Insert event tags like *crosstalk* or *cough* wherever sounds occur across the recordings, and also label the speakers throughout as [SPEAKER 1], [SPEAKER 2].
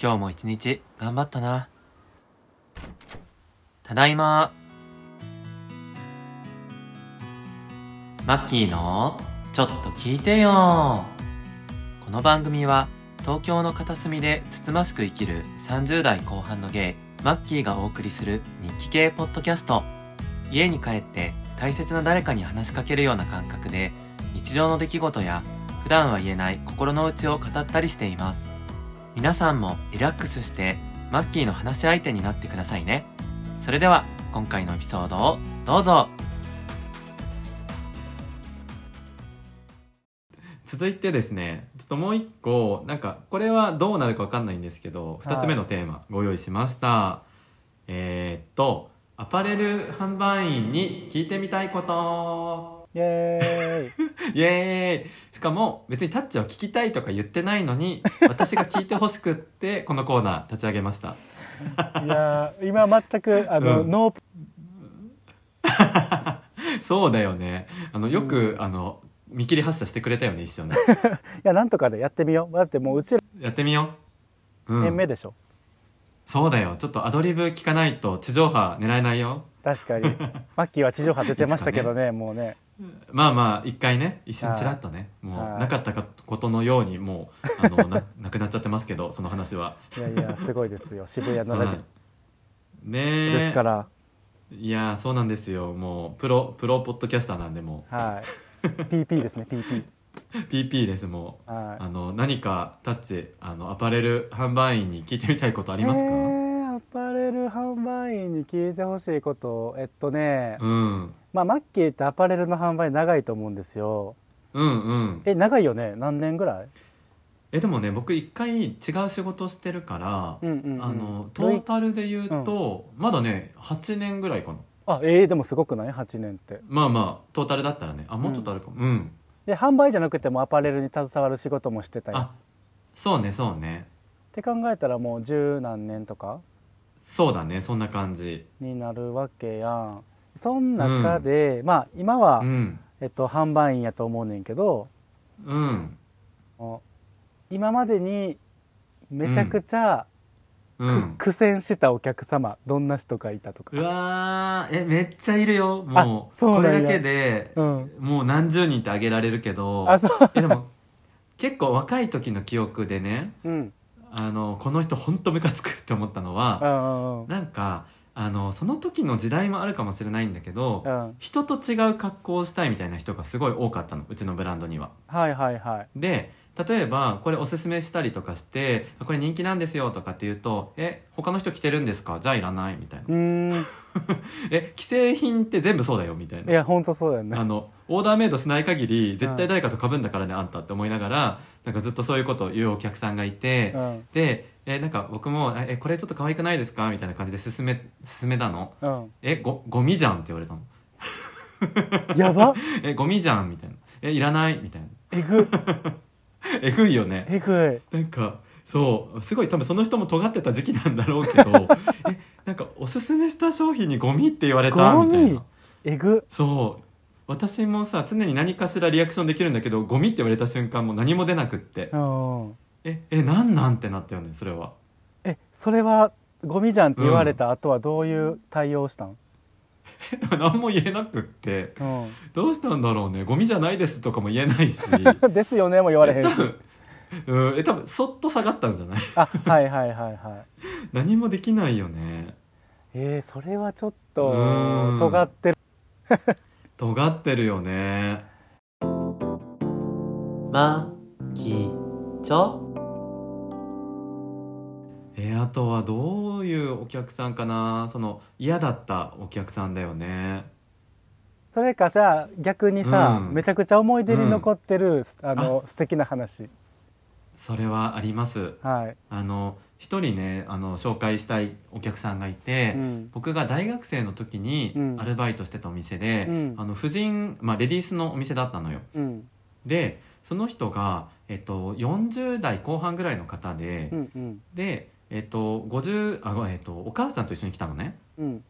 [SPEAKER 1] 今日も一日頑張ったな。ただいま。マッキーのちょっと聞いてよ。この番組は東京の片隅でつつましく生きる30代後半のゲイマッキーがお送りする日記系ポッドキャスト。家に帰って大切な誰かに話しかけるような感覚で日常の出来事や普段は言えない心の内を語ったりしています皆さんもリラックスしてマッキーの話し相手になってくださいねそれでは今回のエピソードをどうぞ続いてですねちょっともう一個なんかこれはどうなるかわかんないんですけど
[SPEAKER 2] はい
[SPEAKER 1] 2つ目のテーマご用意しました、えー、っとアパレル販売員に聞いてみたいこと
[SPEAKER 2] イエーイ
[SPEAKER 1] *laughs* イエーイしかも別にタッチは聞きたいとか言ってないの
[SPEAKER 2] *laughs*
[SPEAKER 1] に私が聞いてほしくってこのコーナー立ち上げました
[SPEAKER 2] いやー今全くあの、
[SPEAKER 1] うん
[SPEAKER 2] ノープ
[SPEAKER 1] そうだよねあのよく、あの見切り発車してくれたよね一緒
[SPEAKER 2] *laughs*
[SPEAKER 1] に
[SPEAKER 2] いやなんとかでやってみようだってもううちら
[SPEAKER 1] やってみよう、う
[SPEAKER 2] 年目
[SPEAKER 1] ん、
[SPEAKER 2] でしょ、
[SPEAKER 1] そうだよちょっとアドリブ聞かないと地上波狙えないよ *laughs*
[SPEAKER 2] 確かにマッキーは地上波出てましたけどねもうね
[SPEAKER 1] まあまあ一回ね一瞬ちらっとねも
[SPEAKER 2] は
[SPEAKER 1] う
[SPEAKER 2] い
[SPEAKER 1] なかったことのようにもうあ
[SPEAKER 2] *laughs*
[SPEAKER 1] のななくなっちゃってますけどその話はい
[SPEAKER 2] やいやすごいですよ渋谷のラジ
[SPEAKER 1] はいね
[SPEAKER 2] オ
[SPEAKER 1] え
[SPEAKER 2] ですから、
[SPEAKER 1] いやーそうなんですよもうプロプロポッドキャスターなんでも
[SPEAKER 2] はい PP ですね PP
[SPEAKER 1] う PP ですもう
[SPEAKER 2] はい
[SPEAKER 1] あの何かタッチあのアパレル販売員に聞いてみたいことあ
[SPEAKER 2] あ
[SPEAKER 1] りますか、
[SPEAKER 2] えーアパレル販売員に聞いてほしいことえっとね、
[SPEAKER 1] うん
[SPEAKER 2] まあマッキーってアパレルの販売長いと思うんですよ
[SPEAKER 1] うんうん
[SPEAKER 2] え長いよね何年ぐらい
[SPEAKER 1] えでもね僕一回違う仕事してるから、
[SPEAKER 2] うんうん、うん、
[SPEAKER 1] あのトータルで言うと、まだね8年ぐらいかな
[SPEAKER 2] あえー、でもすごくない8年って
[SPEAKER 1] まあまあトータルだったらねあもうちょっとあるかもうん、
[SPEAKER 2] で販売じゃなくてもアパレルに携わる仕事もしてたりっ
[SPEAKER 1] あそうねそうね
[SPEAKER 2] て考えたらもう十何年とか
[SPEAKER 1] そうだねそんな感じ
[SPEAKER 2] になるわけやんそん中で、まあ今は、
[SPEAKER 1] うん
[SPEAKER 2] えっと、販売員やと思うねんけど
[SPEAKER 1] うん
[SPEAKER 2] 今までにめちゃくちゃ、
[SPEAKER 1] うん
[SPEAKER 2] 苦戦したお客様どんな人がいたとか
[SPEAKER 1] うわーえめっちゃいるよもう
[SPEAKER 2] あそう
[SPEAKER 1] こ
[SPEAKER 2] なんや
[SPEAKER 1] れだけで
[SPEAKER 2] うん
[SPEAKER 1] もう何十人ってあげられるけど
[SPEAKER 2] あそう
[SPEAKER 1] えでも結構若い時の記憶でね
[SPEAKER 2] うん
[SPEAKER 1] あのこの人ほんとムカつくって思ったの
[SPEAKER 2] う
[SPEAKER 1] は
[SPEAKER 2] んうん
[SPEAKER 1] なんかあのその時の時代もあるかもしれないんだけど
[SPEAKER 2] うん
[SPEAKER 1] 人と違う格好をしたいみたいな人がすごい多かったのうちのブランドには。
[SPEAKER 2] はいはいはい
[SPEAKER 1] で例えばこれおすすめしたりとかして「これ人気なんですよ」とかって言うと「え他の人着てるんですかじゃあいらない」みたいな *laughs*
[SPEAKER 2] うーん
[SPEAKER 1] 「え既製品って全部そうだよ」みたい
[SPEAKER 2] い
[SPEAKER 1] な
[SPEAKER 2] やほんとそうだよね
[SPEAKER 1] あのオーダーメイドしない限り絶対誰かと被んだからねあんたって思いながらなんかずっとそういうことを言うお客さんがいて
[SPEAKER 2] うん
[SPEAKER 1] でえなんか僕も「えこれちょっと可愛くないですか?」みたいな感じで勧め勧めたの
[SPEAKER 2] うん
[SPEAKER 1] 「えごゴミじゃん」って言われたの *laughs*
[SPEAKER 2] やば
[SPEAKER 1] 「えゴミじゃん」みたいな「えいらない」みたいな *laughs*
[SPEAKER 2] えぐ
[SPEAKER 1] えぐいよね
[SPEAKER 2] えぐい
[SPEAKER 1] なんかそうすごい多分その人も尖ってた時期なんだろうけどえなんかおすすめした商品にゴミって言われた
[SPEAKER 2] ゴ
[SPEAKER 1] み
[SPEAKER 2] ミ
[SPEAKER 1] たいな
[SPEAKER 2] えぐ
[SPEAKER 1] そう私もさ常に何かしらリアクションできるんだけどゴミって言われた瞬間もう何も出なくって
[SPEAKER 2] うん
[SPEAKER 1] ええなんなんってなったよねそれは *laughs*
[SPEAKER 2] えそれはゴミじゃんって言われた後はどういう対応したん、
[SPEAKER 1] え何も言えなくって
[SPEAKER 2] うん
[SPEAKER 1] どうしたんだろうねゴミじゃないですとかも言えないし
[SPEAKER 2] ですよね *laughs* も言われへ
[SPEAKER 1] え
[SPEAKER 2] ん
[SPEAKER 1] 多
[SPEAKER 2] し
[SPEAKER 1] 分うんえ多分そっと下がったんじゃない *laughs*
[SPEAKER 2] あはいはいはいはい
[SPEAKER 1] 何もできないよね
[SPEAKER 2] えー、それはちょっ
[SPEAKER 1] うー
[SPEAKER 2] と
[SPEAKER 1] ん
[SPEAKER 2] 尖ってる
[SPEAKER 1] 尖ってるよねまきちょえあとはどういうお客さんかなその嫌だったお客さんだよね
[SPEAKER 2] それかさ逆にさ、
[SPEAKER 1] うん
[SPEAKER 2] めちゃくちゃ思い出に残ってる、あの素敵な話
[SPEAKER 1] それはあります
[SPEAKER 2] はい、
[SPEAKER 1] あの一人ねあの紹介したいお客さんがいて、
[SPEAKER 2] うん
[SPEAKER 1] 僕が大学生の時に
[SPEAKER 2] うん
[SPEAKER 1] アルバイトしてたお店で、
[SPEAKER 2] うん
[SPEAKER 1] あの婦人、まあ、レディースのお店だったのよ
[SPEAKER 2] うん
[SPEAKER 1] でその人が、えっと、40代後半ぐらいの方で、
[SPEAKER 2] うんうん
[SPEAKER 1] で、えっと50あ、ごめんえっと、お母さんと一緒に来たのね
[SPEAKER 2] うん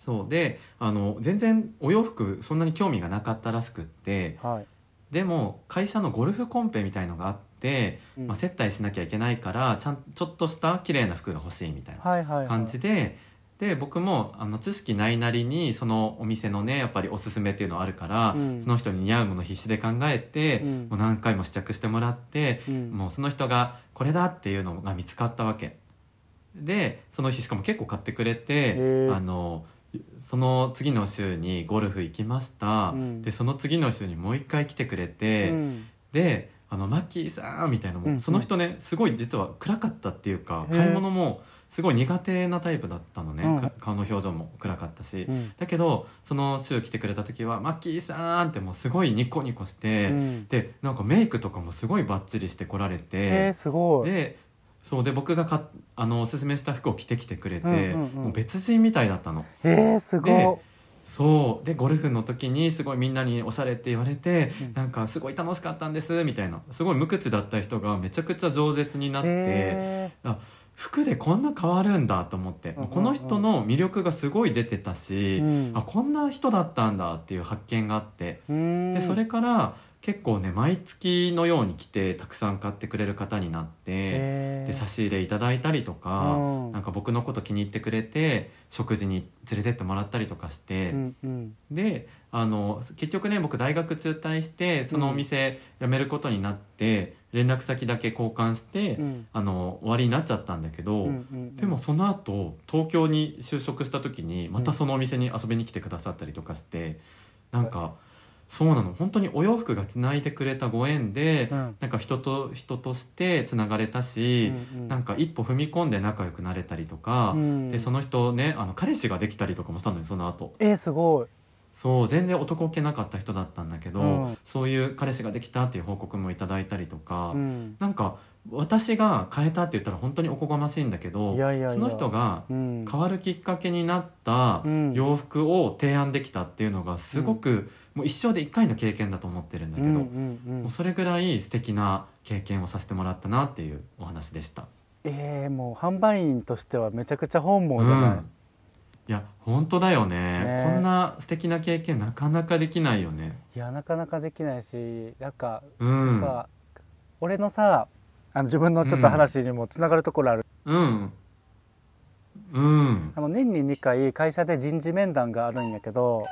[SPEAKER 1] そうであの全然お洋服そんなに興味がなかったらしくって
[SPEAKER 2] はい
[SPEAKER 1] でも会社のゴルフコンペみたいのがあっって、
[SPEAKER 2] うん
[SPEAKER 1] まあ、接待しなきゃいけないからちゃんちょっとした綺麗な服が欲しいみたい
[SPEAKER 2] はいはいは
[SPEAKER 1] ない感じで、で僕もあの知識ないなりにそのお店のねやっぱりおすすめっていうのあるから、
[SPEAKER 2] うん
[SPEAKER 1] その人に似合うもの必死で考えて、
[SPEAKER 2] うん
[SPEAKER 1] もう何回も試着してもらって、
[SPEAKER 2] うん
[SPEAKER 1] もうその人がこれだっていうのが見つかったわけでその日しかも結構買ってくれて
[SPEAKER 2] へえ
[SPEAKER 1] あのその次の週にゴルフ行きました、
[SPEAKER 2] うん
[SPEAKER 1] でその次の週にもう一回来てくれて、
[SPEAKER 2] うん
[SPEAKER 1] であの「マッキーさん」みたいなもう、
[SPEAKER 2] うんうん
[SPEAKER 1] その人ねすごい実は暗かったっていうか
[SPEAKER 2] へえ
[SPEAKER 1] 買い物もすごい苦手なタイプだったのね、
[SPEAKER 2] うん
[SPEAKER 1] か顔の表情も暗かったし、
[SPEAKER 2] うん
[SPEAKER 1] だけどその週来てくれた時は「マッキーさん」ってもうすごいニコニコして、
[SPEAKER 2] うん
[SPEAKER 1] でなんかメイクとかもすごいバッチリしてこられて、
[SPEAKER 2] えー、すごい
[SPEAKER 1] でそうで僕がかあのおすすめした服を着てきてくれて、
[SPEAKER 2] うんうんうん
[SPEAKER 1] もう別人みたいだったの
[SPEAKER 2] えー、すごい
[SPEAKER 1] でそうでゴルフの時にすごいみんなにおしゃれって言われて、
[SPEAKER 2] うん
[SPEAKER 1] なんかすごい楽しかったんですみたいなすごい無口だった人がめちゃくちゃ饒舌になって、
[SPEAKER 2] え
[SPEAKER 1] 服でこんな変わるんだと思って、
[SPEAKER 2] うんうんうん
[SPEAKER 1] この人の魅力がすごい出てた
[SPEAKER 2] ー
[SPEAKER 1] し、
[SPEAKER 2] うん
[SPEAKER 1] あこんな人だったんだっていう発見があって
[SPEAKER 2] うん
[SPEAKER 1] でそれから結構ね毎月のように来てたくさん買ってくれる方になって。
[SPEAKER 2] えー
[SPEAKER 1] で差し入れいただいたりとか、
[SPEAKER 2] うん
[SPEAKER 1] なんか僕のこと気に入ってくれて食事に連れてってもらったりとかして、
[SPEAKER 2] うんうん
[SPEAKER 1] であの結局ね僕大学中退してそのお店辞めることになって、連絡先だけ交換して、
[SPEAKER 2] うん
[SPEAKER 1] あの終わりになっちゃったんだけど、
[SPEAKER 2] うんうん
[SPEAKER 1] でもその後東京に就職した時にまたそのお店に遊びに来てくださったりとかして、なんかそうなの本当にお洋服がつないでくれたご縁で、
[SPEAKER 2] うん
[SPEAKER 1] なんか人と人としてつながれたし、
[SPEAKER 2] うん
[SPEAKER 1] なんか一歩踏み込んで仲良くなれたりとか、
[SPEAKER 2] うん
[SPEAKER 1] でその人ねあの彼氏ができたりとかもしたのにその後
[SPEAKER 2] えー、すごい
[SPEAKER 1] そう全然男っ気なかった人だったんだけど、
[SPEAKER 2] うん
[SPEAKER 1] そういう彼氏ができたっていう報告もいただいたりとか、
[SPEAKER 2] うん
[SPEAKER 1] なんか私が変えたって言ったら本当におこがましいんだけど
[SPEAKER 2] いやいやいや
[SPEAKER 1] その人が
[SPEAKER 2] うん
[SPEAKER 1] 変わるきっかけになった
[SPEAKER 2] うん
[SPEAKER 1] 洋服を提案できたっていうのがすごく、もう一生で一回の経験だと思ってるんだけど、
[SPEAKER 2] うんうんう
[SPEAKER 1] も
[SPEAKER 2] ん
[SPEAKER 1] うそれぐらい素敵な経験をさせてもらったなっていうお話でした。
[SPEAKER 2] えー、もう販売員としてはめちゃくちゃ本望じゃない、
[SPEAKER 1] うんいや本当だよね
[SPEAKER 2] ね
[SPEAKER 1] こんな素敵な経験なかなかできないよね
[SPEAKER 2] いやなかなかできないしなんか、
[SPEAKER 1] うん
[SPEAKER 2] まあ俺のさあの自分のちょっと話にもつながるところある、
[SPEAKER 1] うんうん
[SPEAKER 2] あの年に2回会社で人事面談があるんやけど、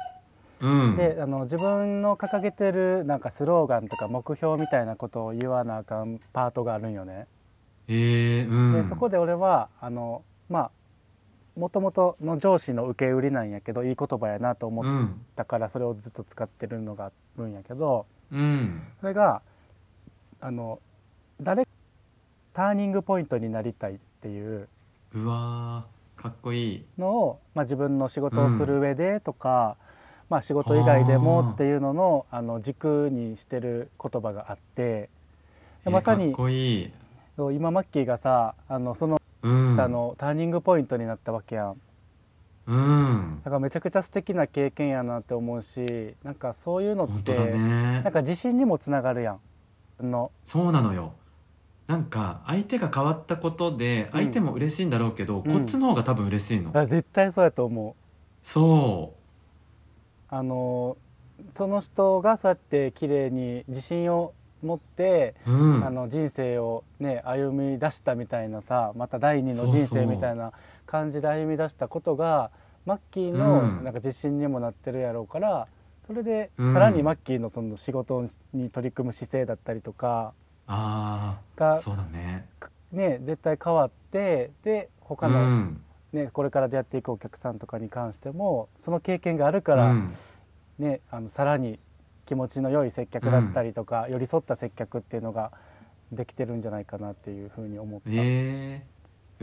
[SPEAKER 1] うん
[SPEAKER 2] であの自分の掲げてるなんかスローガンとか目標みたいなことを言わなあかんパートがあるんよね。
[SPEAKER 1] えー、うん
[SPEAKER 2] でそこで俺はあのまあもともとの上司の受け売りなんやけどいい言葉やなと思
[SPEAKER 1] う
[SPEAKER 2] っ
[SPEAKER 1] ん
[SPEAKER 2] たからそれをずっと使ってるのがあるんやけど、
[SPEAKER 1] うん
[SPEAKER 2] それがあの誰ターニングポイントになりたいっていう
[SPEAKER 1] うわーかっこいい
[SPEAKER 2] のを、まあ、自分の仕事をする上でとか、まあ、仕事以外でもっていうののあの軸にしてる言葉があって
[SPEAKER 1] え
[SPEAKER 2] でまさ
[SPEAKER 1] かっ
[SPEAKER 2] に
[SPEAKER 1] こいい
[SPEAKER 2] そう今マッキーがさあのその,、
[SPEAKER 1] うん
[SPEAKER 2] あのターニングポイントになったわけやん
[SPEAKER 1] うん
[SPEAKER 2] だからめちゃくちゃ素敵な経験やなって思うしなんかそういうのっ
[SPEAKER 1] 本
[SPEAKER 2] て、
[SPEAKER 1] 当だね
[SPEAKER 2] なんか自信にもつながるやん。あの
[SPEAKER 1] そうなのよなんか相手が変わったことで
[SPEAKER 2] うん
[SPEAKER 1] 相手も嬉しいんだろうけど、
[SPEAKER 2] うん
[SPEAKER 1] こっちの方が多分嬉しいの、
[SPEAKER 2] あ絶対そうやと思う
[SPEAKER 1] そ
[SPEAKER 2] あのその人がそうやって綺麗に自信を持って、
[SPEAKER 1] ううん
[SPEAKER 2] あの人生を、ね、歩み出したみたいなさまた第二の
[SPEAKER 1] そう
[SPEAKER 2] 人
[SPEAKER 1] そう
[SPEAKER 2] 生みたいな感じで歩み出したことがマッキー
[SPEAKER 1] う
[SPEAKER 2] の
[SPEAKER 1] ん
[SPEAKER 2] なんか自信にもなってるやろうから、それで
[SPEAKER 1] うん
[SPEAKER 2] さらにマッキーのその仕事に取り組む姿勢だったりとか
[SPEAKER 1] ああ
[SPEAKER 2] が、
[SPEAKER 1] そうだね
[SPEAKER 2] ね、絶対変わってで他
[SPEAKER 1] う
[SPEAKER 2] の、
[SPEAKER 1] ん
[SPEAKER 2] ねこれから出会っていくお客さんとかに関してもその経験があるから。
[SPEAKER 1] うん
[SPEAKER 2] ね、あのさらに気持ちの良い接客だったりとか、寄り添った接客っていうのができてるんじゃないかなっていうふうに思った、
[SPEAKER 1] ええ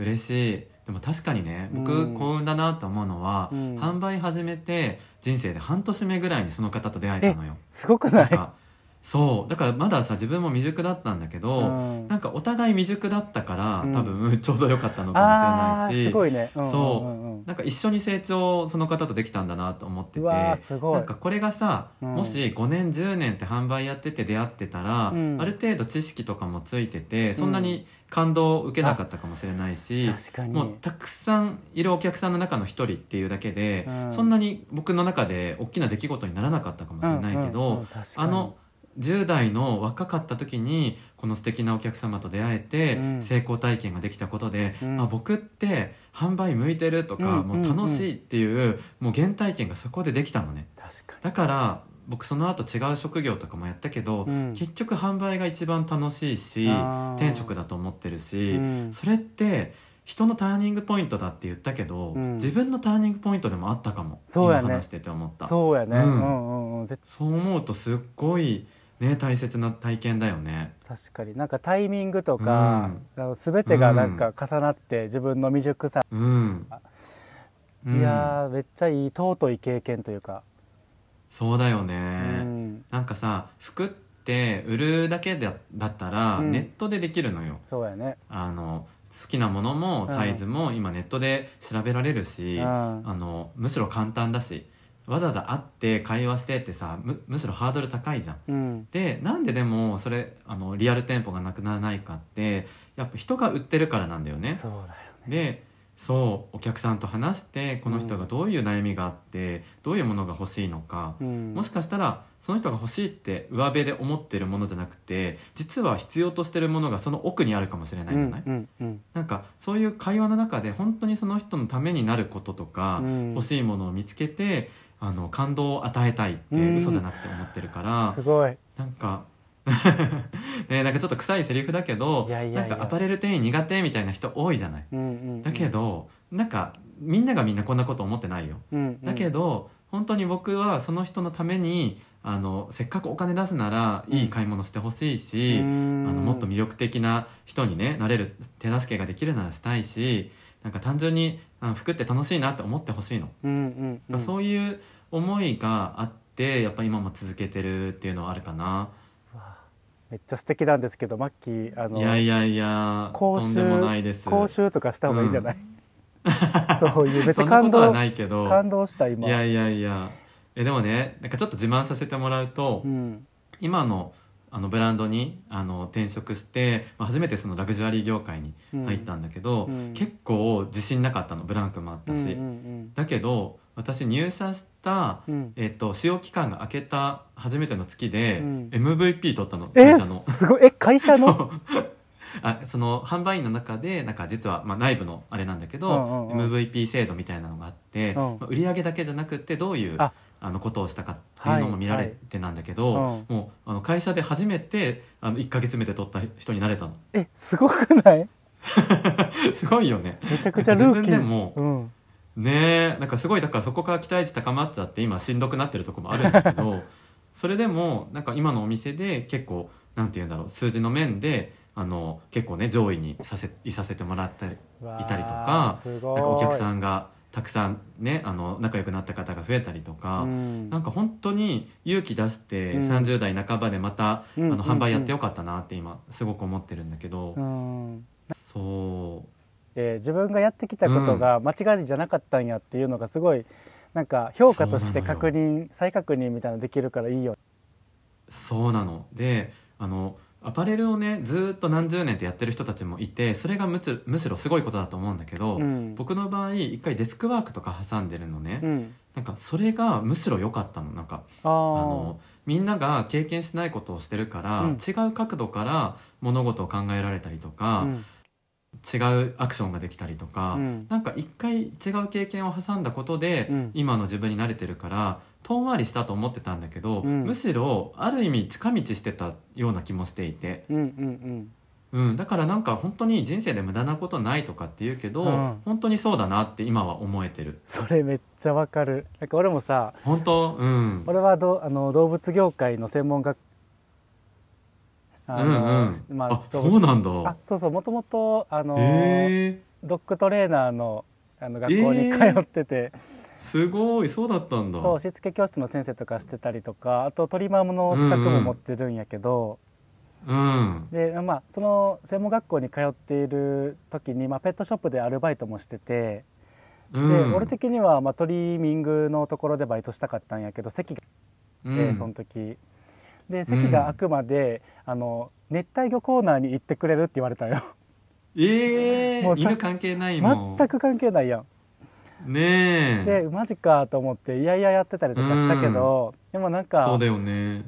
[SPEAKER 1] 嬉しいでも確かにね
[SPEAKER 2] う
[SPEAKER 1] 僕
[SPEAKER 2] ん
[SPEAKER 1] 幸運だなと思うのは、
[SPEAKER 2] うん
[SPEAKER 1] 販売始めて人生で半年目ぐらいにその方と出会えたのよ
[SPEAKER 2] すごくな
[SPEAKER 1] ないんかそうだからまださ自分も未熟だったんだけど、
[SPEAKER 2] うん
[SPEAKER 1] なんかお互い未熟だったから、
[SPEAKER 2] うん
[SPEAKER 1] 多分 *laughs* ちょうど良かったのか
[SPEAKER 2] あ
[SPEAKER 1] もしれない
[SPEAKER 2] ー
[SPEAKER 1] し
[SPEAKER 2] すごいね、うんうん
[SPEAKER 1] そ
[SPEAKER 2] うんうん
[SPEAKER 1] なんか一緒に成長その方とできたんだなと思ってて
[SPEAKER 2] うわーすごい
[SPEAKER 1] なんかこれがさ、
[SPEAKER 2] うん
[SPEAKER 1] もし5年10年って販売やってて出会ってたら、
[SPEAKER 2] うん
[SPEAKER 1] ある程度知識とかもついててそんなに感動を受けなかったかもしれないし、
[SPEAKER 2] 確かに
[SPEAKER 1] もうたくさんいるお客さんの中の一人っていうだけで、
[SPEAKER 2] うん
[SPEAKER 1] そんなに僕の中で大きな出来事にならなかったかもしれないけど、
[SPEAKER 2] うんうんうん確かに
[SPEAKER 1] あの10代の若かった時にこの素敵なお客様と出会えて
[SPEAKER 2] うん
[SPEAKER 1] 成功体験ができたことで、
[SPEAKER 2] うん
[SPEAKER 1] あ僕って販売向いてるとか、
[SPEAKER 2] うん
[SPEAKER 1] もう楽しいっていう,、もう原体験がそこでできたのね
[SPEAKER 2] 確か
[SPEAKER 1] だから僕その後違う職業とかもやったけど、
[SPEAKER 2] うん
[SPEAKER 1] 結局販売が一番楽しいし
[SPEAKER 2] あー
[SPEAKER 1] 転職だと思ってるし、
[SPEAKER 2] に、うん
[SPEAKER 1] それって人のターニングポイントだって言ったけど、
[SPEAKER 2] うん
[SPEAKER 1] 自分のターニングポイントでもあったかも
[SPEAKER 2] そうやね
[SPEAKER 1] 今話してて思った
[SPEAKER 2] そうやね、
[SPEAKER 1] う
[SPEAKER 2] うんん、うんうん絶
[SPEAKER 1] そう思うとすっごいね大切な体験だよね
[SPEAKER 2] 確かになんかタイミングとか、あの全てがなんか重なって自分の未熟さ、
[SPEAKER 1] うん、うん
[SPEAKER 2] いやーめっちゃいい尊い経験というか、
[SPEAKER 1] そうだよね、
[SPEAKER 2] うん、
[SPEAKER 1] なんかさ服って売るだけだだったら
[SPEAKER 2] うん
[SPEAKER 1] ネットでできるのよ、
[SPEAKER 2] そうやね、
[SPEAKER 1] あの好きなものもサイズも今ネットで調べられるし、
[SPEAKER 2] うん
[SPEAKER 1] あのむしろ簡単だしわざわざ会って会話してってさむむしろハードル高いじゃん
[SPEAKER 2] うん、
[SPEAKER 1] でなんででもそれあのリアル店舗がなくならないかってやっぱ人が売ってるからなんだよね
[SPEAKER 2] そうだよね
[SPEAKER 1] でそうお客さんと話してこの人がどういう悩みがあって、どういうものが欲しいのか、
[SPEAKER 2] うん、
[SPEAKER 1] もしかしたらその人が欲しいって上辺で思ってるものじゃなくて実は必要としてるものがその奥にあるかもしれないじゃない、
[SPEAKER 2] うんうん
[SPEAKER 1] なんかそういう会話の中で本当にその人のためになることとか、
[SPEAKER 2] うん
[SPEAKER 1] 欲しいものを見つけてあの感動を与えたいって
[SPEAKER 2] うん
[SPEAKER 1] 嘘じゃなくて思ってるか
[SPEAKER 2] う
[SPEAKER 1] ら、
[SPEAKER 2] ん、すごい
[SPEAKER 1] なんか *laughs* ねなんかちょっと臭いセリフだけど
[SPEAKER 2] いやいやいや
[SPEAKER 1] なんかアパレル店員苦手みたいな人多いじゃない
[SPEAKER 2] うんうんうん
[SPEAKER 1] だけ、ど、なんかみんながみんなこんなこと思ってないよ
[SPEAKER 2] うんうん、
[SPEAKER 1] だけど、本当に僕はその人のためにあのせっかくお金出すならいい買い物してほしいし、
[SPEAKER 2] うん
[SPEAKER 1] あのもっと魅力的な人に、ね、なれる手助けができるならしたいしなんか単純にあの服って楽しいなって思ってほしいの、
[SPEAKER 2] うんうんうん、
[SPEAKER 1] そういう思いがあってやっぱ今も続けてるっていうのはあるかな。
[SPEAKER 2] めっちゃ素敵なんですけどマッキーあの
[SPEAKER 1] いやいやいや
[SPEAKER 2] 講
[SPEAKER 1] とん
[SPEAKER 2] 習
[SPEAKER 1] でもないです
[SPEAKER 2] 講習とかした方がいいんじゃない、 *laughs* そういうめっち
[SPEAKER 1] そ
[SPEAKER 2] ゃ
[SPEAKER 1] んな
[SPEAKER 2] 感
[SPEAKER 1] ことは
[SPEAKER 2] 動
[SPEAKER 1] ないけど
[SPEAKER 2] 感動した今
[SPEAKER 1] いやいやいやえでもねなんかちょっと自慢させてもらうと、
[SPEAKER 2] うん
[SPEAKER 1] 今のあのブランドにあの転職して、まあ、初めてそのラグジュアリー業界に入ったんだけど、
[SPEAKER 2] うん
[SPEAKER 1] 結構自信なかったのブランクもあっ
[SPEAKER 2] う
[SPEAKER 1] た
[SPEAKER 2] んう
[SPEAKER 1] し、
[SPEAKER 2] ん
[SPEAKER 1] だけど私入社した、
[SPEAKER 2] うんうん
[SPEAKER 1] えっと、使用期間が明けた初めての月で、
[SPEAKER 2] うん
[SPEAKER 1] MVP 取ったの
[SPEAKER 2] え
[SPEAKER 1] 会社の。
[SPEAKER 2] すごいえ会社の
[SPEAKER 1] あその販売員の中でなんか実は、まあ、内部のあれなんだけど、
[SPEAKER 2] うんうんうん
[SPEAKER 1] MVP 制度みたいなのがあって、
[SPEAKER 2] ん
[SPEAKER 1] まあ、売り上げだけじゃなくてどういうあ
[SPEAKER 2] あ
[SPEAKER 1] のことをしたかっていうのも見られてなんだけど、
[SPEAKER 2] はいはい
[SPEAKER 1] もうあの会社で初めてあの1か月目で取った人になれたの *laughs*
[SPEAKER 2] えすごくない
[SPEAKER 1] すごいよね
[SPEAKER 2] めちゃくちゃルーキ
[SPEAKER 1] なんか自分で
[SPEAKER 2] ー
[SPEAKER 1] も
[SPEAKER 2] うん、
[SPEAKER 1] ねえなんかすごいだからそこから期待値高まっちゃって今しんどくなってるとこもあるんだけ
[SPEAKER 2] *laughs*
[SPEAKER 1] どそれでもなんか今のお店で結構なんて言うんだろう数字の面であの結構ね上位にさせいさせてもらったりいたりとか
[SPEAKER 2] わーす
[SPEAKER 1] な
[SPEAKER 2] ご
[SPEAKER 1] ん
[SPEAKER 2] い
[SPEAKER 1] かお客さんがたくさんねあの仲良くなった方が増えたりとか、
[SPEAKER 2] うん
[SPEAKER 1] なんか本当に勇気出して
[SPEAKER 2] うん
[SPEAKER 1] 30代半ばでまた、
[SPEAKER 2] うん
[SPEAKER 1] あの販売やってよかったなって今すごく思ってるんだけど、
[SPEAKER 2] うん
[SPEAKER 1] そ
[SPEAKER 2] で自分がやってきたことが間違いじゃなかったんやっていうのがすごいなんか評価として確認再確認みたいなのできるからいいよ
[SPEAKER 1] うそうなのであのアパレルをねずーっと何十年ってやってる人たちもいてそれがむつむしろすごいことだと思うんだけど、
[SPEAKER 2] うん
[SPEAKER 1] 僕の場合一回デスクワークとか挟んでるのね、
[SPEAKER 2] うん
[SPEAKER 1] なんかそれがむしろ良かったのなんか
[SPEAKER 2] あ
[SPEAKER 1] あ
[SPEAKER 2] ー
[SPEAKER 1] のみんなが経験してないことをしてるから、
[SPEAKER 2] うん
[SPEAKER 1] 違う角度から物事を考えられたりとか、
[SPEAKER 2] うん
[SPEAKER 1] 違うアクションができたりとか、
[SPEAKER 2] うん
[SPEAKER 1] なんか一回違う経験を挟んだことで、
[SPEAKER 2] うん
[SPEAKER 1] 今の自分に慣れてるから遠回りしたと思ってたんだけど、
[SPEAKER 2] うん
[SPEAKER 1] むしろある意味近道してたような気もしていて、
[SPEAKER 2] うんうん
[SPEAKER 1] うん、だからなんか本当に人生で無駄なことないとかって言うけど、
[SPEAKER 2] うん
[SPEAKER 1] 本当にそうだなって今は思えてる
[SPEAKER 2] それめっちゃわかるなんか俺もさ
[SPEAKER 1] 本当うん
[SPEAKER 2] 俺はどあの動物業界の専門学あの
[SPEAKER 1] うんうん、
[SPEAKER 2] ま
[SPEAKER 1] あ
[SPEAKER 2] あ動
[SPEAKER 1] そう
[SPEAKER 2] 物
[SPEAKER 1] なん
[SPEAKER 2] あ
[SPEAKER 1] だ
[SPEAKER 2] そうそうもともとあの、
[SPEAKER 1] え
[SPEAKER 2] ドッグトレーナーのあの学校に通ってて、
[SPEAKER 1] ー、すごいそうだったんだ
[SPEAKER 2] そうしつけ教室の先生とかしてたりとかあとトリマーの資格も持ってるんやけど、
[SPEAKER 1] うん
[SPEAKER 2] でまあ、その専門学校に通っている時に、まあ、ペットショップでアルバイトもしてて、
[SPEAKER 1] うん
[SPEAKER 2] で俺的には、まあ、トリミングのところでバイトしたかったんやけど席があって、
[SPEAKER 1] うん
[SPEAKER 2] その時で席が空くまで、あの熱帯魚コーナーに行ってくれるって言われたよ
[SPEAKER 1] ええ
[SPEAKER 2] も
[SPEAKER 1] ー、
[SPEAKER 2] うさ
[SPEAKER 1] 犬関係ないもん
[SPEAKER 2] 全く関係ないやん
[SPEAKER 1] ねえ
[SPEAKER 2] でマジかと思っていやいややってたりとかしたけど、でもなんか
[SPEAKER 1] そうだよね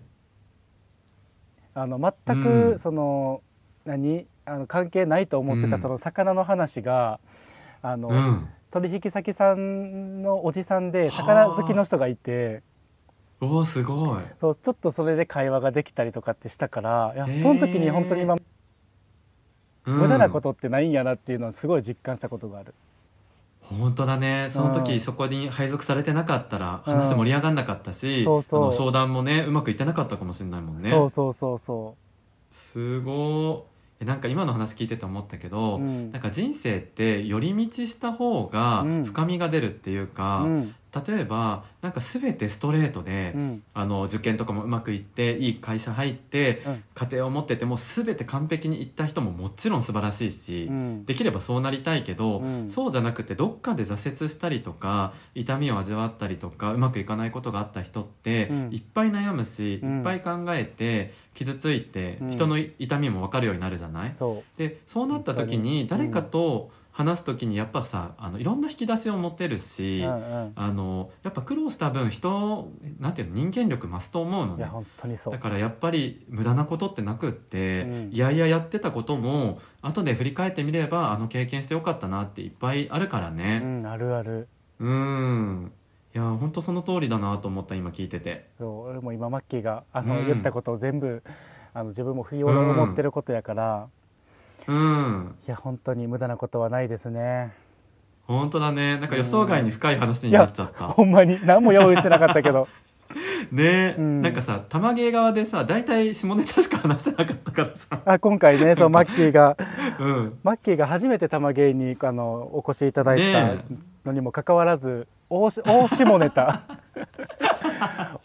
[SPEAKER 2] あの全
[SPEAKER 1] う
[SPEAKER 2] く
[SPEAKER 1] ん
[SPEAKER 2] その、何あの関係ないと思って
[SPEAKER 1] う
[SPEAKER 2] た
[SPEAKER 1] ん
[SPEAKER 2] その魚の話があの、
[SPEAKER 1] うん
[SPEAKER 2] 取引先さんのおじさん
[SPEAKER 1] は
[SPEAKER 2] で
[SPEAKER 1] あ
[SPEAKER 2] 魚好きの人がいて
[SPEAKER 1] おおすごい
[SPEAKER 2] そうちょっとそれで会話ができたりとかってしたからいや
[SPEAKER 1] へえ
[SPEAKER 2] その時に本当に今
[SPEAKER 1] うん
[SPEAKER 2] 無駄なことってないんやなっていうのはすごい実感したことがある。
[SPEAKER 1] 本当だねその
[SPEAKER 2] う
[SPEAKER 1] 時
[SPEAKER 2] ん
[SPEAKER 1] そこに配属されてなかったら
[SPEAKER 2] うん
[SPEAKER 1] 話盛り上がんなかったし、
[SPEAKER 2] そうそう
[SPEAKER 1] あの商談もねうまくいってなかったかもしれないもんね
[SPEAKER 2] そうそうそうそ
[SPEAKER 1] すごいえなんか今の話聞いてて思ったけ
[SPEAKER 2] う。
[SPEAKER 1] ど、
[SPEAKER 2] うん
[SPEAKER 1] なんか人生って寄り道した方が
[SPEAKER 2] うん
[SPEAKER 1] 深みが出るっていうか、
[SPEAKER 2] うん
[SPEAKER 1] 例えばなんか全てストレートで、
[SPEAKER 2] うん
[SPEAKER 1] あの受験とかもうまくいっていい会社入って
[SPEAKER 2] うん
[SPEAKER 1] 家庭を持ってても全て完璧にいった人ももちろん素晴らしいし、
[SPEAKER 2] うん
[SPEAKER 1] できればそうなりたいけど、
[SPEAKER 2] うん
[SPEAKER 1] そうじゃなくてどっかで挫折したりとか痛みを味わったりとかうまくいかないことがあった人って、
[SPEAKER 2] うん
[SPEAKER 1] いっぱい悩むし、
[SPEAKER 2] うん
[SPEAKER 1] いっぱい考えて傷ついて、
[SPEAKER 2] うん
[SPEAKER 1] 人の痛みも分かるようになるじゃない、
[SPEAKER 2] そ
[SPEAKER 1] でそうなった時に
[SPEAKER 2] 本当
[SPEAKER 1] 誰
[SPEAKER 2] に
[SPEAKER 1] かと話す時にやっぱさあのいろんな引き出しを持てる
[SPEAKER 2] う。
[SPEAKER 1] し、
[SPEAKER 2] うんうん
[SPEAKER 1] あのやっぱ苦労した分人なんていうの人間力増すと思うの
[SPEAKER 2] いや
[SPEAKER 1] ね。
[SPEAKER 2] 本当にそう
[SPEAKER 1] だ。からやっぱり無駄なことってなくって、
[SPEAKER 2] うん
[SPEAKER 1] いやいややってたことも後で振り返ってみればあの経験してよかったなっていっぱいあるから
[SPEAKER 2] う
[SPEAKER 1] ね
[SPEAKER 2] んあるある。
[SPEAKER 1] うんいや本当その通りだなと思った今聞いてて
[SPEAKER 2] そう俺も今マッキーがあの、
[SPEAKER 1] うん
[SPEAKER 2] 言ったことを全部あの自分も不要の思ってることやから、
[SPEAKER 1] うん
[SPEAKER 2] いや本当に無駄なことはないですね。
[SPEAKER 1] 本当だねなんか予想外に深い話に
[SPEAKER 2] い
[SPEAKER 1] な
[SPEAKER 2] や
[SPEAKER 1] っちゃった
[SPEAKER 2] ほんまに何も用意してなかった
[SPEAKER 1] *laughs*
[SPEAKER 2] けど
[SPEAKER 1] ね、
[SPEAKER 2] うん
[SPEAKER 1] なんかさ玉芸側でさ大体下ネタしか話してなかったからさ
[SPEAKER 2] あ今回ね *laughs* そうマッキーが
[SPEAKER 1] うん
[SPEAKER 2] マッキーが初めて玉芸にあのお越しいただい
[SPEAKER 1] ね
[SPEAKER 2] たのにもかかわらず大し大下ネ
[SPEAKER 1] *laughs*
[SPEAKER 2] タ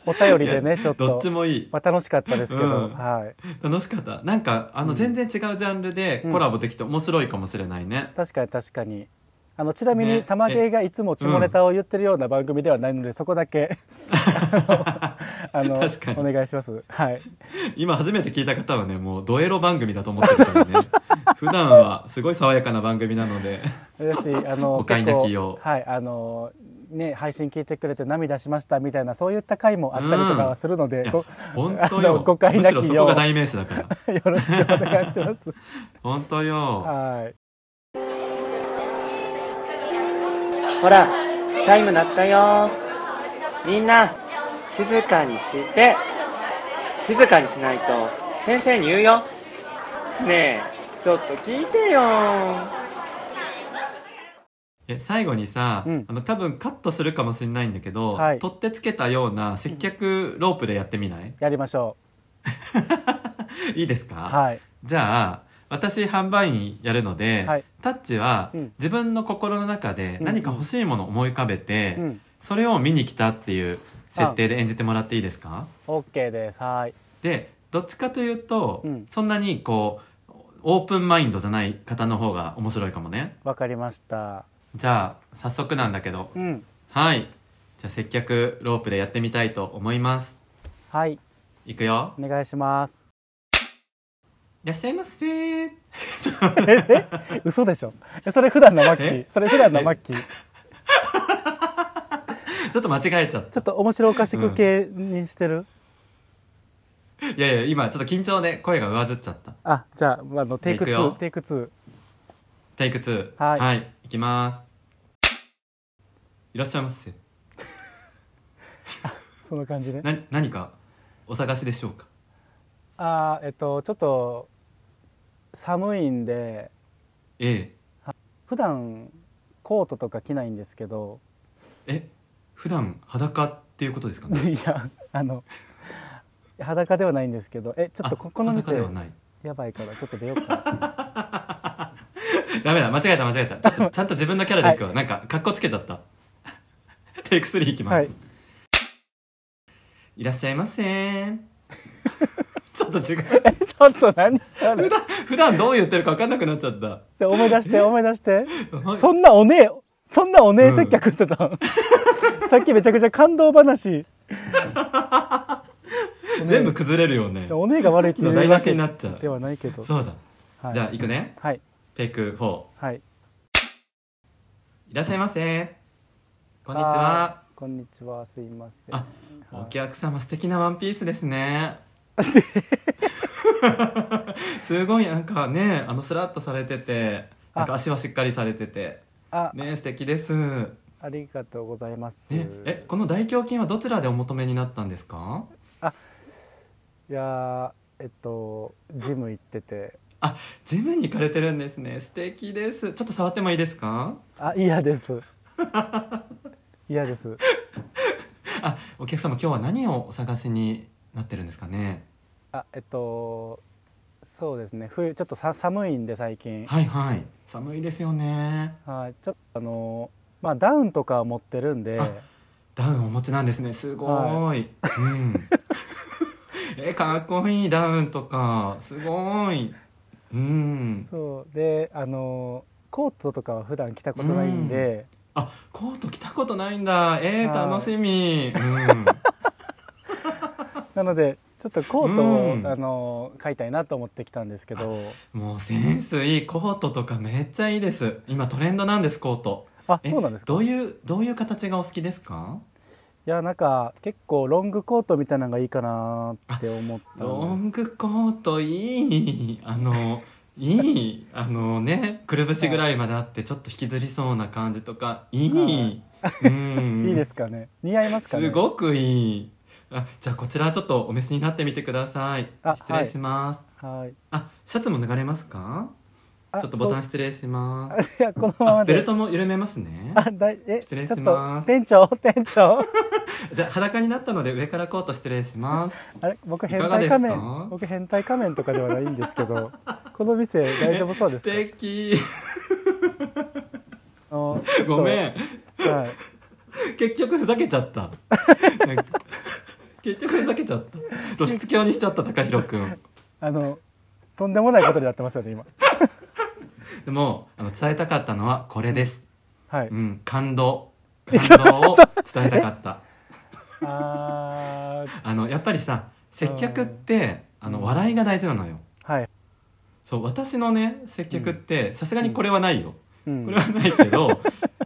[SPEAKER 2] お便りでねちょっ
[SPEAKER 1] どっ
[SPEAKER 2] と
[SPEAKER 1] ちもいい
[SPEAKER 2] まあ、楽しかったですけど、
[SPEAKER 1] うん
[SPEAKER 2] はい
[SPEAKER 1] *laughs* 楽しかったなんかあの
[SPEAKER 2] うん
[SPEAKER 1] 全然違うジャンルでコラボできて面白いかもしれないね、
[SPEAKER 2] 確かに確かにあのちなみ
[SPEAKER 1] ね
[SPEAKER 2] に玉芸がいつも下ネタを言ってるような番組ではないので、そこ
[SPEAKER 1] *laughs*
[SPEAKER 2] だけあの
[SPEAKER 1] 確かに
[SPEAKER 2] お願いしますはい
[SPEAKER 1] 今初めて聞いた方はねもうドエロ番組だと思ってるから
[SPEAKER 2] *laughs*
[SPEAKER 1] ね普段はすごい爽やかな番組なので
[SPEAKER 2] だしあ
[SPEAKER 1] *laughs*
[SPEAKER 2] の
[SPEAKER 1] お買い泣きを
[SPEAKER 2] 結構はいあのね配信聞いてくれて涙しましたみたいなそういった回もあったりとかはするの
[SPEAKER 1] *laughs*
[SPEAKER 2] で、
[SPEAKER 1] いや
[SPEAKER 2] ご
[SPEAKER 1] 本当
[SPEAKER 2] あ
[SPEAKER 1] よ
[SPEAKER 2] の誤解
[SPEAKER 1] む
[SPEAKER 2] な
[SPEAKER 1] し
[SPEAKER 2] きよ
[SPEAKER 1] ろそこ
[SPEAKER 2] う
[SPEAKER 1] が代名詞だから
[SPEAKER 2] *laughs* よろしくお願いし
[SPEAKER 1] *laughs*
[SPEAKER 2] ます
[SPEAKER 1] 本当よ
[SPEAKER 2] はい
[SPEAKER 3] ほら、チャイム鳴ったよ。みんな、静かにして。静かにしないと、先生に言うよ。ねえ、ちょっと聞いてよ。
[SPEAKER 1] え最後にさ、
[SPEAKER 2] うん
[SPEAKER 1] あの多分カットするかもしれないんだけど、
[SPEAKER 2] はい
[SPEAKER 1] 取ってつけたような接客ロープでやってみない、
[SPEAKER 2] やりましょ
[SPEAKER 1] いいですか、
[SPEAKER 2] うはい
[SPEAKER 1] じゃあ私販売員やるので、
[SPEAKER 2] はい
[SPEAKER 1] タッチは
[SPEAKER 2] うん
[SPEAKER 1] 自分の心の中で何か欲しいものを思い浮かべて、
[SPEAKER 2] うん
[SPEAKER 1] それを見に来たっていう設定で演じてもらっていいですか、
[SPEAKER 2] OK ですはい
[SPEAKER 1] でどっちかというと、
[SPEAKER 2] うん
[SPEAKER 1] そんなにこうオープンマインドじゃない方の方が面白いかもね
[SPEAKER 2] わかりました
[SPEAKER 1] じゃあ早速なんだけど
[SPEAKER 2] うん
[SPEAKER 1] はいじゃあ接客ロープでやってみたいと思います
[SPEAKER 2] はい
[SPEAKER 1] いくよ
[SPEAKER 2] お願いします
[SPEAKER 1] いらっしゃいませー
[SPEAKER 2] ええ嘘でしょえそれ普段のマッキー
[SPEAKER 1] え
[SPEAKER 2] それ普段のマッキーち
[SPEAKER 1] ちょっと間違えちゃった
[SPEAKER 2] ょっと面白おかしく系にしてる、
[SPEAKER 1] いやいや今ちょっと緊張で声が上ずっちゃった
[SPEAKER 2] あじゃああのテイク
[SPEAKER 1] いくよ
[SPEAKER 2] 2テイク2
[SPEAKER 1] テイク2
[SPEAKER 2] はい
[SPEAKER 1] はい、いきますいらっしゃいませ
[SPEAKER 2] その感じね
[SPEAKER 1] な何かお探しでしょうか
[SPEAKER 2] あーえっとちょっと寒いんで
[SPEAKER 1] え
[SPEAKER 2] 普段コートとか着ないんですけど *laughs*
[SPEAKER 1] ええ普段裸っていうことですかね
[SPEAKER 2] いやあの裸ではないんですけどえちょっとここの
[SPEAKER 1] あ裸
[SPEAKER 2] 店
[SPEAKER 1] ではない
[SPEAKER 2] やばいからちょっと出ようか
[SPEAKER 1] ダメだ、間違えた、間違えた。ちょっ
[SPEAKER 2] *laughs*
[SPEAKER 1] とちゃんと自分のキャラでいくわ。なんか、格好つけちゃった。 *laughs* テイク3いきます。
[SPEAKER 2] はい
[SPEAKER 1] い、らっしゃいませーちょっと違う。
[SPEAKER 2] えちょっと何あれ
[SPEAKER 1] 普段どう言ってるか分かんなくなっちゃった。
[SPEAKER 2] で思い出して思い出して
[SPEAKER 1] はい
[SPEAKER 2] そんなおねえそんなおねえ接客してたの、 *laughs* さっきめちゃくちゃ感動
[SPEAKER 1] *laughs*
[SPEAKER 2] 話
[SPEAKER 1] 全部崩れるよね。
[SPEAKER 2] おねえが悪いっていうわけ
[SPEAKER 1] 台無しになっちゃう
[SPEAKER 2] ではないけど
[SPEAKER 1] そうだ。
[SPEAKER 2] はい
[SPEAKER 1] じゃあ、いくね。
[SPEAKER 2] はい
[SPEAKER 1] テイク4。
[SPEAKER 2] はい
[SPEAKER 1] いらっしゃいませーこ
[SPEAKER 2] こ
[SPEAKER 1] んにちは。
[SPEAKER 2] こんにちはすいません
[SPEAKER 1] あお客様、素敵なワンピースですね。すごいなんかねあのスラッとされててなんか足はしっかりされてて
[SPEAKER 2] あ
[SPEAKER 1] ね素敵です、
[SPEAKER 2] ありがとうございます、
[SPEAKER 1] ね、えこの大胸筋はどちらでお求めになったんですか
[SPEAKER 2] いやーえっとジム行ってて
[SPEAKER 1] ジムに行かれてるんですね素敵ですちょっと触ってもいいですか
[SPEAKER 2] あ嫌です嫌です
[SPEAKER 1] あお客様今日は何をお探しになってるんですかね
[SPEAKER 2] あえっとそうですね冬ちょっとさ寒いんで最近
[SPEAKER 1] はいはい寒いですよね
[SPEAKER 2] はいちょっとあのまあダウンとかは持ってるんで
[SPEAKER 1] あダウンお持ちなんですねすごーい、うん、 *laughs* えかっこいいダウンとかすごーいうん
[SPEAKER 2] そうであのコートとかは普段着たことないんで、
[SPEAKER 1] あコート着たことないんだえ
[SPEAKER 2] は
[SPEAKER 1] ー、
[SPEAKER 2] い
[SPEAKER 1] 楽しみ、
[SPEAKER 2] なのでちょっとコートを、
[SPEAKER 1] うん
[SPEAKER 2] あの買いたいなと思ってきたんですけど
[SPEAKER 1] うん、もうセンスいいコートとかめっちゃいいです今トレンドなんですコート
[SPEAKER 2] あ
[SPEAKER 1] え
[SPEAKER 2] そうなんですか
[SPEAKER 1] どういうどういう形がお好きですか
[SPEAKER 2] いやなんか結構ロングコートみたいなのがいいかなって思った
[SPEAKER 1] ロ
[SPEAKER 2] ん
[SPEAKER 1] ン
[SPEAKER 2] です
[SPEAKER 1] グコートいいあのいいあのねくるぶしぐらいまであってちょっと引きずりそうな感じとかいい、うん
[SPEAKER 2] いいですかね似合いますかね
[SPEAKER 1] すごくいいあじゃあこちらちょっとお召しになってみてください
[SPEAKER 2] あ
[SPEAKER 1] 失礼します、
[SPEAKER 2] はい
[SPEAKER 1] あシャツも脱がれますか
[SPEAKER 2] あ
[SPEAKER 1] ちょっとボタン失礼します
[SPEAKER 2] そう *laughs* いやこのま
[SPEAKER 1] あ
[SPEAKER 2] ま
[SPEAKER 1] ベル
[SPEAKER 2] で
[SPEAKER 1] トも緩めますね
[SPEAKER 2] あだいえ
[SPEAKER 1] 失礼します
[SPEAKER 2] ちょっと店長 *laughs* 店長
[SPEAKER 1] じゃあ裸になったので上からコート失礼します
[SPEAKER 2] あれ僕
[SPEAKER 1] いか
[SPEAKER 2] 変
[SPEAKER 1] がで
[SPEAKER 2] 態
[SPEAKER 1] すか
[SPEAKER 2] 仮面僕変態仮面とかではないんですけど *laughs* この店大丈夫そうですか
[SPEAKER 1] え *laughs* 素敵
[SPEAKER 2] あの
[SPEAKER 1] *laughs* ごめ
[SPEAKER 2] ん、
[SPEAKER 1] ん
[SPEAKER 2] はい、
[SPEAKER 1] 結局ふざけちゃったなんか結局ふざけちゃった露出狂にしちゃった高弘君
[SPEAKER 2] あのとんでもないことになってますよね今
[SPEAKER 1] でもあの伝えたかったのはこれです、
[SPEAKER 2] はい、
[SPEAKER 1] うん、感動感動を伝えたかった
[SPEAKER 2] あー
[SPEAKER 1] あのやっぱりさ接客ってあの笑いが大事なのよ
[SPEAKER 2] はい、
[SPEAKER 1] そう私のね接客ってさすがにこれはないよ、
[SPEAKER 2] うん、
[SPEAKER 1] これはないけど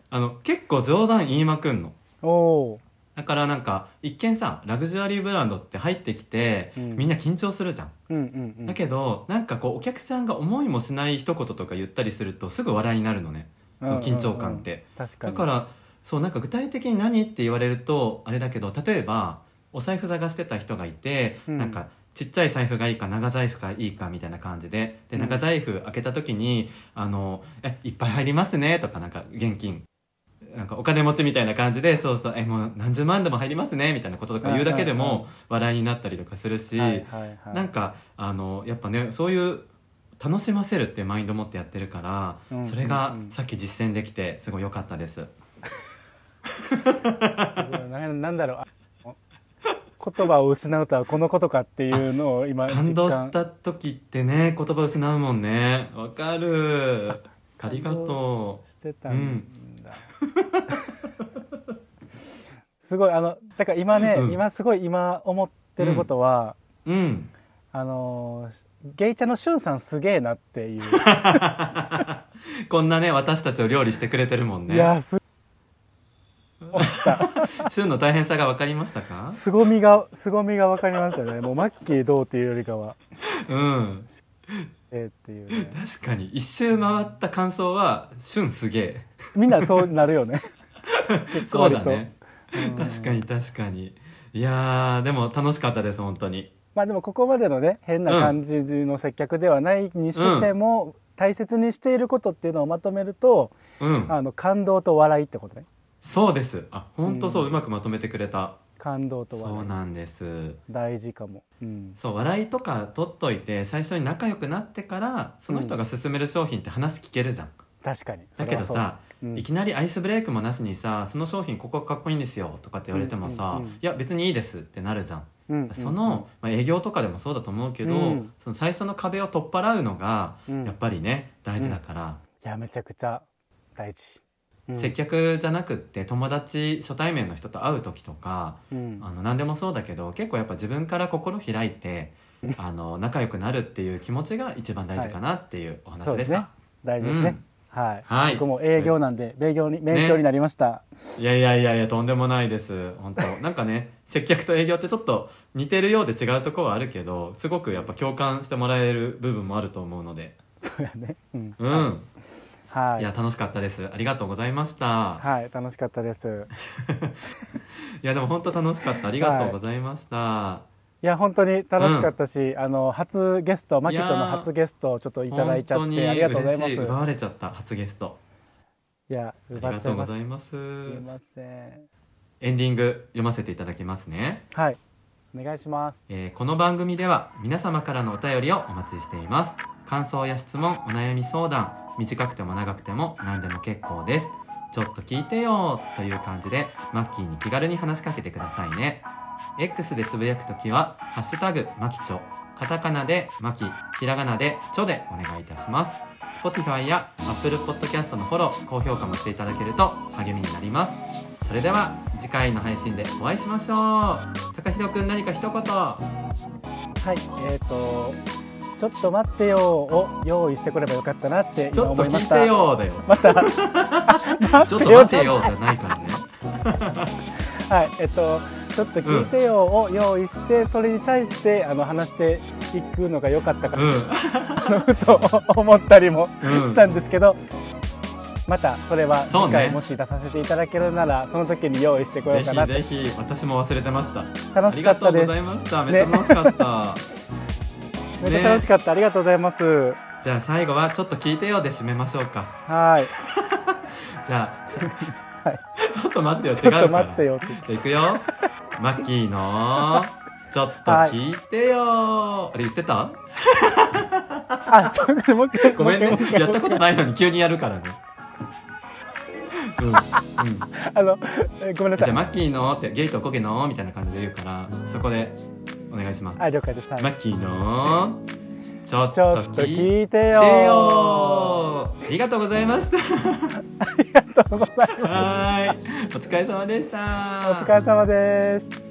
[SPEAKER 1] あの結構冗談言いまくんの
[SPEAKER 2] おお
[SPEAKER 1] だからなんか一見さラグジュアリーブランドって入ってきて、
[SPEAKER 2] うん
[SPEAKER 1] みんな緊張するじゃん
[SPEAKER 2] ーうんうんうん
[SPEAKER 1] だけどなんかこうお客さんが思いもしない一言とか言ったりするとすぐ笑いになるのねその緊張感って、
[SPEAKER 2] うんうんうん確か
[SPEAKER 1] だ
[SPEAKER 2] に
[SPEAKER 1] からそうなんか具体的に何って言われるとあれだけど例えばお財布探してた人がいて、
[SPEAKER 2] うん
[SPEAKER 1] なんかちっちゃい財布がいいか長財布がいいかみたいな感じでで
[SPEAKER 2] うん
[SPEAKER 1] 長財布開けた時に「あのえいっぱい入りますね」とかなんか現金なんかお金持ちみたいな感じで「そうそうえもう何十万でも入りますね」みたいなこととか言うだけで
[SPEAKER 2] はいはい
[SPEAKER 1] も笑いになったりとかするし、
[SPEAKER 2] はいはいはい、
[SPEAKER 1] なんかあのやっぱねそういう楽しませるっていうマインドを持ってやってるから、
[SPEAKER 2] うんうんうん
[SPEAKER 1] それがさっき実践できてすごい良かったです。
[SPEAKER 2] すごいななんだろうあの言葉を失うとはこのことかっていうのを今
[SPEAKER 1] 感動
[SPEAKER 2] 実
[SPEAKER 1] し
[SPEAKER 2] 感
[SPEAKER 1] た時ってね言葉失うもんねわかる
[SPEAKER 2] *laughs*
[SPEAKER 1] ありがと
[SPEAKER 2] してたんだ、すごいあのだから今ね、
[SPEAKER 1] うん
[SPEAKER 2] 今すごい今思ってることは、
[SPEAKER 1] ううん
[SPEAKER 2] あのゲイチャのしゅんさんすげえなっていう、
[SPEAKER 1] こんなね私たちを料理してくれてるもん
[SPEAKER 2] いや
[SPEAKER 1] ね
[SPEAKER 2] す
[SPEAKER 1] 旬の大変さが分かりましたか
[SPEAKER 2] 凄みが凄みが分かりましたねもうマッキーどうっていうよりかは
[SPEAKER 1] うん
[SPEAKER 2] ええっていうね
[SPEAKER 1] 確かに一周回った感想は旬すげえ
[SPEAKER 2] みんなそうなる
[SPEAKER 1] *laughs*
[SPEAKER 2] よね結
[SPEAKER 1] そう
[SPEAKER 2] 構
[SPEAKER 1] だ
[SPEAKER 2] 割と
[SPEAKER 1] ね
[SPEAKER 2] うん
[SPEAKER 1] 確かに確かにいやーでも楽しかったです本当に
[SPEAKER 2] まあでもここまでのね変な感じの接客ではないにしても、大切にしていることっていうのをまとめると、
[SPEAKER 1] うん
[SPEAKER 2] あの感動と笑いってことね
[SPEAKER 1] そうですあ本当そう、う
[SPEAKER 2] うん
[SPEAKER 1] まくまとめてくれた
[SPEAKER 2] 感動と
[SPEAKER 1] そう
[SPEAKER 2] 笑い
[SPEAKER 1] なんです
[SPEAKER 2] 大事かも、うん、
[SPEAKER 1] そう笑いとか取っといて最初に仲良くなってからその人が勧める商品って話聞けるじゃん、
[SPEAKER 2] 確かに
[SPEAKER 1] だけどさ、
[SPEAKER 2] それはそううん
[SPEAKER 1] いきなりアイスブレイクもなしにさ「その商品ここかっこいいんですよ」とかって言われてもさ「
[SPEAKER 2] うんうんうん
[SPEAKER 1] いや別にいいです」ってなるじゃん、
[SPEAKER 2] うんうんうん
[SPEAKER 1] その、まあ、営業とかでもそうだと思うけど、
[SPEAKER 2] うん
[SPEAKER 1] その最初の壁を取っ払うのが
[SPEAKER 2] うん
[SPEAKER 1] やっぱりね大事だから、
[SPEAKER 2] いやめちゃくちゃ大事、うん
[SPEAKER 1] 接客じゃなくって友達初対面の人と会う時とか
[SPEAKER 2] うん
[SPEAKER 1] あの何でもそうだけど結構やっぱ自分から心開いてあの仲良くなるっていう気持ちが一番大事かなっていうお話でした、
[SPEAKER 2] 大事ですね、
[SPEAKER 1] うん
[SPEAKER 2] はい、
[SPEAKER 1] はい
[SPEAKER 2] 僕も営業なんで、勉強に勉強になりました、
[SPEAKER 1] いやいやいやいや、とんでもないです。本
[SPEAKER 2] *laughs*
[SPEAKER 1] 当なんかね、接客と営業ってちょっと似てるようで違うところはあるけど、すごくやっぱ共感してもらえる部分もあると思うので。
[SPEAKER 2] そうやねうん
[SPEAKER 1] うん。、
[SPEAKER 2] はい
[SPEAKER 1] や、
[SPEAKER 2] い
[SPEAKER 1] 楽しかったです。ありがとうございました。
[SPEAKER 2] はい楽しかったです
[SPEAKER 1] いや、でも本当楽しかった。ありがとうございました。
[SPEAKER 2] いや本当に楽しかったし、あの初ゲストマキちゃんの
[SPEAKER 1] いやー
[SPEAKER 2] 初ゲストをちょっとい
[SPEAKER 1] い
[SPEAKER 2] ただいちゃってありがとうございますい
[SPEAKER 1] 奪われちゃった、初ゲスト。
[SPEAKER 2] や
[SPEAKER 1] ありが
[SPEAKER 2] 奪っち
[SPEAKER 1] と
[SPEAKER 2] ゃいう
[SPEAKER 1] ご
[SPEAKER 2] まし
[SPEAKER 1] ざ
[SPEAKER 2] た
[SPEAKER 1] います。
[SPEAKER 2] すいません
[SPEAKER 1] エンディング読ませていただきますね。
[SPEAKER 2] はいお願いします
[SPEAKER 1] えーこの番組では皆様からのお便りをお待ちしています感想や質問お悩み相談短くても長くても何でも結構ですちょっと聞いてよという感じでマッキーに気軽に話しかけてくださいね X でつぶやくときは「ハッシュタグマキチョ」カタカナでマキひらがなでチョでお願いいたします Spotify や Apple Podcast のフォロー高評価もしていただけると励みになりますそれでは次回の配信でお会いしましょう高弘くん何か一言
[SPEAKER 2] はいえっ、とちょっと待ってよを用意してくればよかったなって
[SPEAKER 1] ち
[SPEAKER 2] 今
[SPEAKER 1] ょっと
[SPEAKER 2] 思いま
[SPEAKER 1] 聞
[SPEAKER 2] し
[SPEAKER 1] い
[SPEAKER 2] た
[SPEAKER 1] てよだよ。
[SPEAKER 2] また
[SPEAKER 1] ちょっと待てよじゃないからね。
[SPEAKER 2] はいえっ、とちょっと聞いてよを用意して、それに対してあの話していくのが良かったかな
[SPEAKER 1] う
[SPEAKER 2] と思ったりも
[SPEAKER 1] ん。うん、
[SPEAKER 2] したんですけど、またそれは
[SPEAKER 1] そうね
[SPEAKER 2] 次回もし出させていただけるならそ,、の時に用意してこようかなと
[SPEAKER 1] ぜひぜひ私も忘れてました。
[SPEAKER 2] 楽しかった
[SPEAKER 1] ありがとう
[SPEAKER 2] で
[SPEAKER 1] ご
[SPEAKER 2] す
[SPEAKER 1] ざいました。
[SPEAKER 2] ね
[SPEAKER 1] めっちゃ楽しかった。
[SPEAKER 2] めっちゃ楽しかった、ありがとうございますは
[SPEAKER 1] *laughs* じゃあ最後はちょっと聞いてよで締めましょうか。
[SPEAKER 2] い
[SPEAKER 1] じゃあ *laughs* さ
[SPEAKER 2] はい
[SPEAKER 1] ちょっと待ってよ違う
[SPEAKER 2] ちょ
[SPEAKER 1] か
[SPEAKER 2] っ
[SPEAKER 1] ら。
[SPEAKER 2] と待ってよって
[SPEAKER 1] じゃあいくよ。マッキーのちょっと聞いてよ。あれ言ってた？
[SPEAKER 2] あそうかもう一回
[SPEAKER 1] ごめんね
[SPEAKER 2] もう一。回
[SPEAKER 1] やっ
[SPEAKER 2] もう
[SPEAKER 1] た
[SPEAKER 2] 一
[SPEAKER 1] こと
[SPEAKER 2] 回
[SPEAKER 1] ないのに急にやるからね。うん。うん。
[SPEAKER 2] あのえごめんな
[SPEAKER 1] じゃ
[SPEAKER 2] さ
[SPEAKER 1] あ
[SPEAKER 2] い
[SPEAKER 1] マッキーのってゲイとコゲのみたいな感じで言うからそこでお願いします、
[SPEAKER 2] あ了解です、はい
[SPEAKER 1] マッキーのちょっ
[SPEAKER 2] ちょ
[SPEAKER 1] と
[SPEAKER 2] っと
[SPEAKER 1] 聞い
[SPEAKER 2] 聞いて
[SPEAKER 1] て
[SPEAKER 2] よ
[SPEAKER 1] よありがとうございました
[SPEAKER 2] *laughs* ありがとうございます
[SPEAKER 1] はーいお疲れ様でした
[SPEAKER 2] お疲れ様です